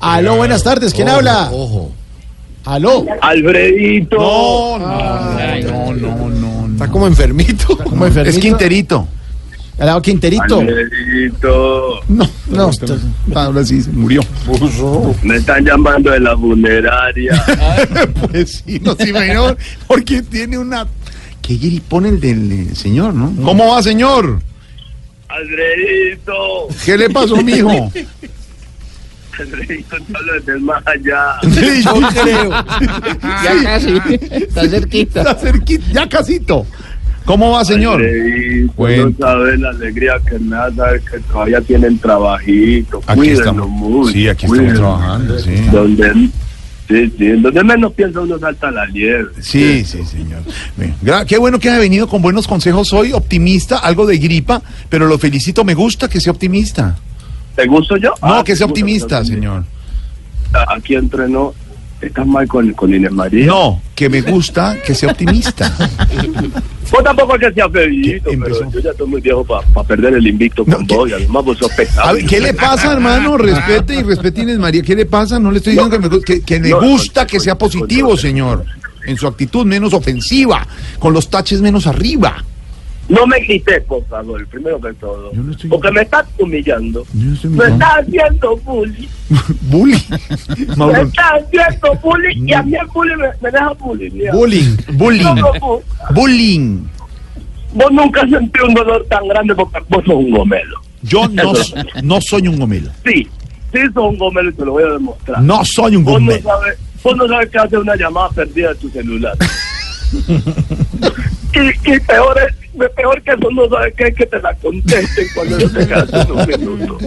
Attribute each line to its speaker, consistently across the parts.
Speaker 1: Aló, buenas tardes. ¿Quién
Speaker 2: Ojo,
Speaker 1: habla?
Speaker 2: Ojo.
Speaker 1: Aló.
Speaker 3: Alfredito.
Speaker 2: No, no, no, no, no.
Speaker 1: Está como enfermito. Como
Speaker 2: Es Quinterito.
Speaker 1: Aló, Quinterito.
Speaker 3: Alfredito.
Speaker 1: No, no. usted-
Speaker 2: Ahora sí, se murió.
Speaker 3: Me están llamando de la funeraria.
Speaker 2: Pues sí, no sí, señor. Porque tiene una. Que pone el del eh, señor, ¿no? ¿Cómo va, señor?
Speaker 3: Alfredito.
Speaker 2: ¿Qué le pasó, mijo?
Speaker 3: Alfredito, solo desde el más allá.
Speaker 2: Sí, yo creo. Ya casi. Está cerquita. Está cerquita, ya casito. ¿Cómo va, señor?
Speaker 3: Alfredito,
Speaker 2: Bueno.
Speaker 3: no sabes la alegría que me da saber que todavía tienen trabajito.
Speaker 2: Aquí
Speaker 3: Cuídenlo
Speaker 2: estamos.
Speaker 3: mucho,
Speaker 2: Sí, aquí estamos
Speaker 3: cuídenlo.
Speaker 2: trabajando, sí.
Speaker 3: Donde, sí, sí, donde menos piensa uno salta la liebre.
Speaker 2: Sí, sí, señor. Bien. Gra- Qué bueno que haya venido con buenos consejos hoy, optimista, algo de gripa, pero lo felicito, me gusta que sea optimista.
Speaker 3: ¿Te gusto yo?
Speaker 2: No,
Speaker 3: Ah,
Speaker 2: que sea
Speaker 3: seguro,
Speaker 2: optimista,
Speaker 3: entonces,
Speaker 2: señor.
Speaker 3: Aquí entrenó. ¿Estás mal con, con Inés María?
Speaker 2: No, que me gusta que sea optimista.
Speaker 3: Vos tampoco es que sea feillito,
Speaker 2: ¿Qué empezó?
Speaker 3: pero yo ya estoy muy viejo para perder el invicto
Speaker 2: No,
Speaker 3: con
Speaker 2: ¿qué?
Speaker 3: vos y además vos sos pesado.
Speaker 2: A ver, ¿qué le pasa, hermano? Respete y respete, Inés María. ¿Qué le pasa? No le estoy diciendo
Speaker 3: No.
Speaker 2: que me, gu- que, que le
Speaker 3: No, no,
Speaker 2: gusta
Speaker 3: no,
Speaker 2: que
Speaker 3: no,
Speaker 2: sea
Speaker 3: no,
Speaker 2: positivo,
Speaker 3: no, no.
Speaker 2: señor. En su actitud menos ofensiva, con los taches menos arriba.
Speaker 3: No me grites, por favor, primero que todo.
Speaker 2: Yo no estoy-
Speaker 3: Porque me estás humillando.
Speaker 2: Yo no estoy
Speaker 3: me
Speaker 2: humillando.
Speaker 3: estás haciendo bullying.
Speaker 2: Bullying.
Speaker 3: Me
Speaker 2: Mauro,
Speaker 3: estás haciendo bullying y a mí el bullying me, me deja bullying. mira.
Speaker 2: Mm. Bullying.
Speaker 3: No,
Speaker 2: Bullying.
Speaker 3: no, vos,
Speaker 2: Bullying.
Speaker 3: vos nunca sentí un dolor tan grande porque vos sos un gomelo.
Speaker 2: Yo no, no soy un gomelo.
Speaker 3: Sí, sí sos un gomelo y te lo voy a demostrar.
Speaker 2: No soy un
Speaker 3: Vos no
Speaker 2: gomelo.
Speaker 3: sabes, vos no sabes que hace una llamada perdida de tu celular. y, y peor es, peor que eso no sabes que es que te la contesten cuando no te quedas unos minutos.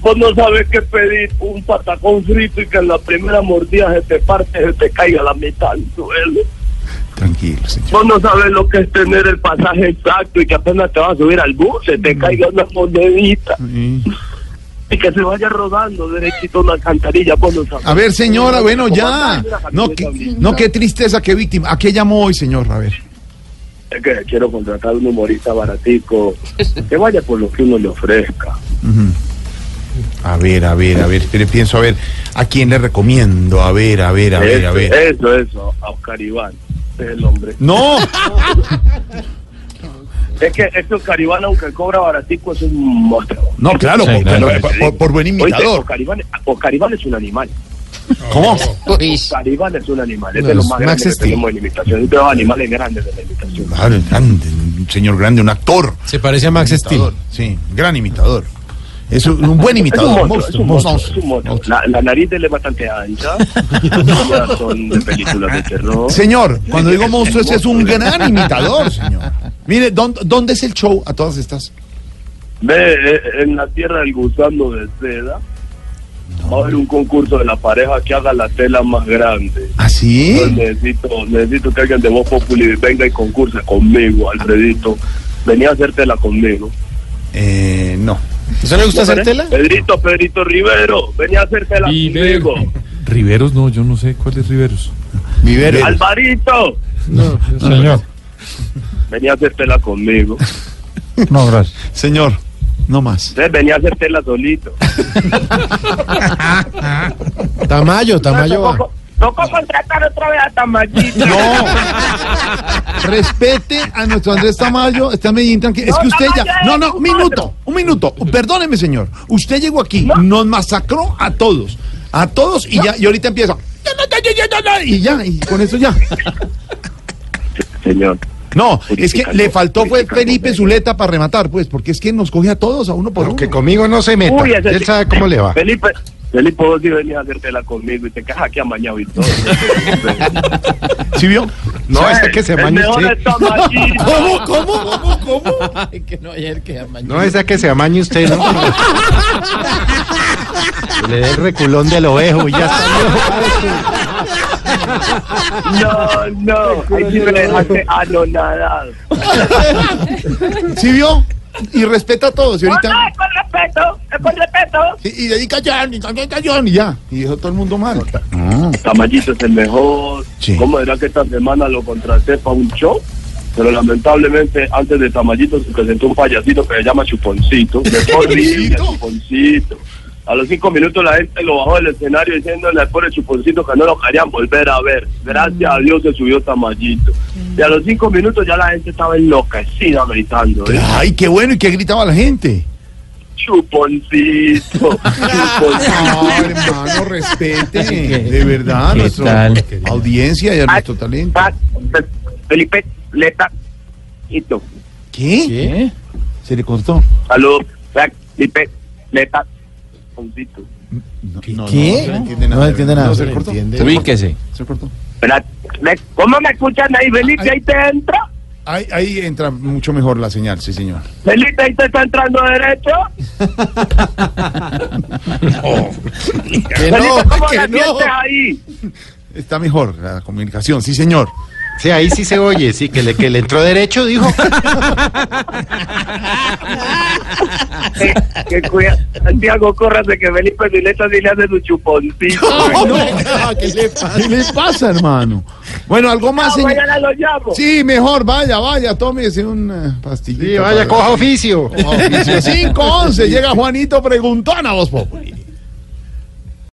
Speaker 3: Vos no sabes que pedir un patacón frito y que en la primera mordida se te parte, se te caiga la mitad al suelo.
Speaker 2: Tranquilo, señor.
Speaker 3: Vos no sabes lo que es tener el pasaje exacto y que apenas te vas a subir al bus, se
Speaker 2: Mm.
Speaker 3: te caiga una monedita y que se vaya rodando derechito a una cantarilla. Vos no sabes.
Speaker 2: A ver, señora, bueno, ya.
Speaker 3: Comandante, una
Speaker 2: No,
Speaker 3: camioneta
Speaker 2: qué-
Speaker 3: blinda.
Speaker 2: no, qué tristeza, qué víctima. ¿A qué llamó hoy, señor? A ver.
Speaker 3: Es que quiero contratar un humorista baratico que vaya por lo que uno le ofrezca.
Speaker 2: A ver, a ver, a ver. espere, Pienso a ver a quién le recomiendo. A ver, a ver, a ver, a
Speaker 3: eso,
Speaker 2: ver.
Speaker 3: eso, eso, a Oscar Iván, es el hombre.
Speaker 2: No,
Speaker 3: Es que este Oscar Iván, aunque cobra baratico, es un monstruo.
Speaker 2: no, claro,
Speaker 4: Sí,
Speaker 2: por,
Speaker 4: claro.
Speaker 2: pero, por- por- por buen
Speaker 3: Oíste,
Speaker 2: imitador.
Speaker 3: Oscar Iván, Oscar Iván es un animal.
Speaker 2: ¿Cómo?
Speaker 3: Oscar Iván es un animal. Es
Speaker 2: No,
Speaker 3: de los
Speaker 2: es
Speaker 3: más
Speaker 2: Max
Speaker 3: grandes que
Speaker 2: Steel.
Speaker 3: tenemos en imitación. Es de los animales grandes de la imitación.
Speaker 2: Claro, grande, un señor grande, un actor.
Speaker 4: Se parece a Max Steel.
Speaker 2: Imitador, Sí, gran imitador. Es un un buen
Speaker 3: Es un
Speaker 2: imitador.
Speaker 3: monstruo, es un monstruo, es un monstruo.
Speaker 2: monstruo.
Speaker 3: La, la nariz de él es bastante ancha. Las uñas son de películas de terror.
Speaker 2: Señor, cuando digo monstruo, ese es un gran imitador, señor. Mire, ¿dónde, dónde es el show a todas estas?
Speaker 3: Ve, eh, en la tierra del gusano de seda, va a haber un concurso de la pareja que haga la tela más grande.
Speaker 2: ¿Ah, sí?
Speaker 3: Yo necesito, necesito que alguien de Voz Populi venga y concurse conmigo, Alfredito. Venía a hacer tela conmigo.
Speaker 2: Eh, no.
Speaker 4: ¿Usted le gusta hacer
Speaker 3: ¿Eh?
Speaker 4: tela?
Speaker 3: Pedrito, Pedrito Rivero, venía a hacer tela
Speaker 4: Rivero.
Speaker 3: conmigo.
Speaker 5: Riveros, no, yo no sé cuál es Riveros.
Speaker 2: Viveros.
Speaker 3: Alvarito,
Speaker 5: No, señor.
Speaker 3: venía a hacer tela conmigo.
Speaker 5: No, gracias.
Speaker 2: Señor, no más.
Speaker 3: Ve, Venía a hacer tela solito.
Speaker 1: Tamayo, Tamayo va.
Speaker 3: Tocó- Tocó contratar otra vez a Tamayito.
Speaker 2: No. Respete a nuestro Andrés Tamayo, está en Medellín tranquilo. Es
Speaker 3: No,
Speaker 2: que usted ya.
Speaker 3: Tamayo,
Speaker 2: No, no,
Speaker 3: eres
Speaker 2: un
Speaker 3: un
Speaker 2: minuto,
Speaker 3: monstruo.
Speaker 2: un minuto. Perdóneme, señor. Usted llegó aquí, nos masacró a todos. A todos y ya, y ahorita empieza. Y ya, y con eso ya.
Speaker 3: Señor,
Speaker 2: No, es que le faltó fue
Speaker 3: Criticando,
Speaker 2: Felipe
Speaker 3: criticando.
Speaker 2: Zuleta para rematar, pues, porque es que nos coge a todos, a uno por uno.
Speaker 1: Que conmigo no se meta.
Speaker 3: Uy, ese
Speaker 1: Él
Speaker 3: sí.
Speaker 1: sabe cómo le va.
Speaker 3: Felipe, Felipe, vos sí venías a hacértela conmigo y te cajas aquí amañado y todo.
Speaker 2: ¿Sí vio?
Speaker 1: No, es que se
Speaker 3: El
Speaker 1: amañe
Speaker 3: mejor
Speaker 1: usted.
Speaker 3: es Tamayito.
Speaker 2: ¿Cómo, cómo, cómo, cómo?
Speaker 4: Ay, que no, ayer que
Speaker 1: No es que se amañe usted, ¿no?
Speaker 4: Le dé el reculón del ovejo y ya está.
Speaker 3: No, no, ahí sí me dejaste anonadado.
Speaker 2: ¿Sí vio? Y respeta a todos. Y
Speaker 3: No,
Speaker 2: ahorita.
Speaker 3: no, es con respeto, es con respeto.
Speaker 2: Y, y dedica a Johnny, también a Johnny, ya. Y dejó todo el mundo mal.
Speaker 3: Tamayito es el mejor.
Speaker 2: Sí.
Speaker 3: ¿Cómo era que esta semana lo contraté para un show? Pero lamentablemente antes de Tamayito se presentó un payasito que se llama Chuponcito. Mejor horrible
Speaker 2: ¿Chuponcito?
Speaker 3: Chuponcito. A los cinco minutos la gente lo bajó del escenario diciéndole al pobre Chuponcito que no lo querían volver a ver. Gracias a Dios se subió Tamayito. Y a los cinco minutos ya la gente estaba enloquecida gritando. ¿eh?
Speaker 2: Ay, qué bueno y qué gritaba la gente.
Speaker 3: Chuponcito,
Speaker 2: No,
Speaker 3: Chuponcito.
Speaker 2: hermano, respete. De verdad, a
Speaker 5: ¿Qué
Speaker 2: nuestra
Speaker 5: tal?
Speaker 2: audiencia y a nuestro talento.
Speaker 3: Ah, Fe- Felipe Leta. Ito.
Speaker 2: ¿Qué?
Speaker 5: ¿Qué?
Speaker 2: Se le cortó.
Speaker 3: Saludos, Zac, Felipe, Neta, Juncito.
Speaker 4: ¿Qué?
Speaker 2: No, entiende nada.
Speaker 4: No entiende nada.
Speaker 2: No, se le cortó.
Speaker 4: Ubíquese.
Speaker 2: Se cortó.
Speaker 3: Espera, le- ¿Cómo me escuchan ahí, Felipe? Ahí te entra.
Speaker 2: Ahí, ahí entra mucho mejor la señal, sí, señor.
Speaker 3: Felipe, ahí te está entrando derecho.
Speaker 2: Que
Speaker 3: Felipe, ¿cómo
Speaker 2: que
Speaker 3: te sientes ahí?
Speaker 2: Está mejor la comunicación, sí, señor.
Speaker 4: Sí, ahí sí se oye. Sí, que le, que le entró derecho, dijo.
Speaker 3: Eh, Que cuida. Santiago, córrase que Felipe Dileta sí le hace su chuponcito.
Speaker 2: Ah, ¿Qué le pasa? Ah, ¿Qué le pasa, hermano? Bueno, algo más, señor.
Speaker 3: Ah, Mañana lo llamo.
Speaker 2: Sí, mejor, vaya, vaya, tómese una pastillita.
Speaker 4: Sí, vaya,
Speaker 2: eh, para-
Speaker 4: coja oficio.
Speaker 2: Oficio 511, llega Juanito Preguntón a Voz Populi.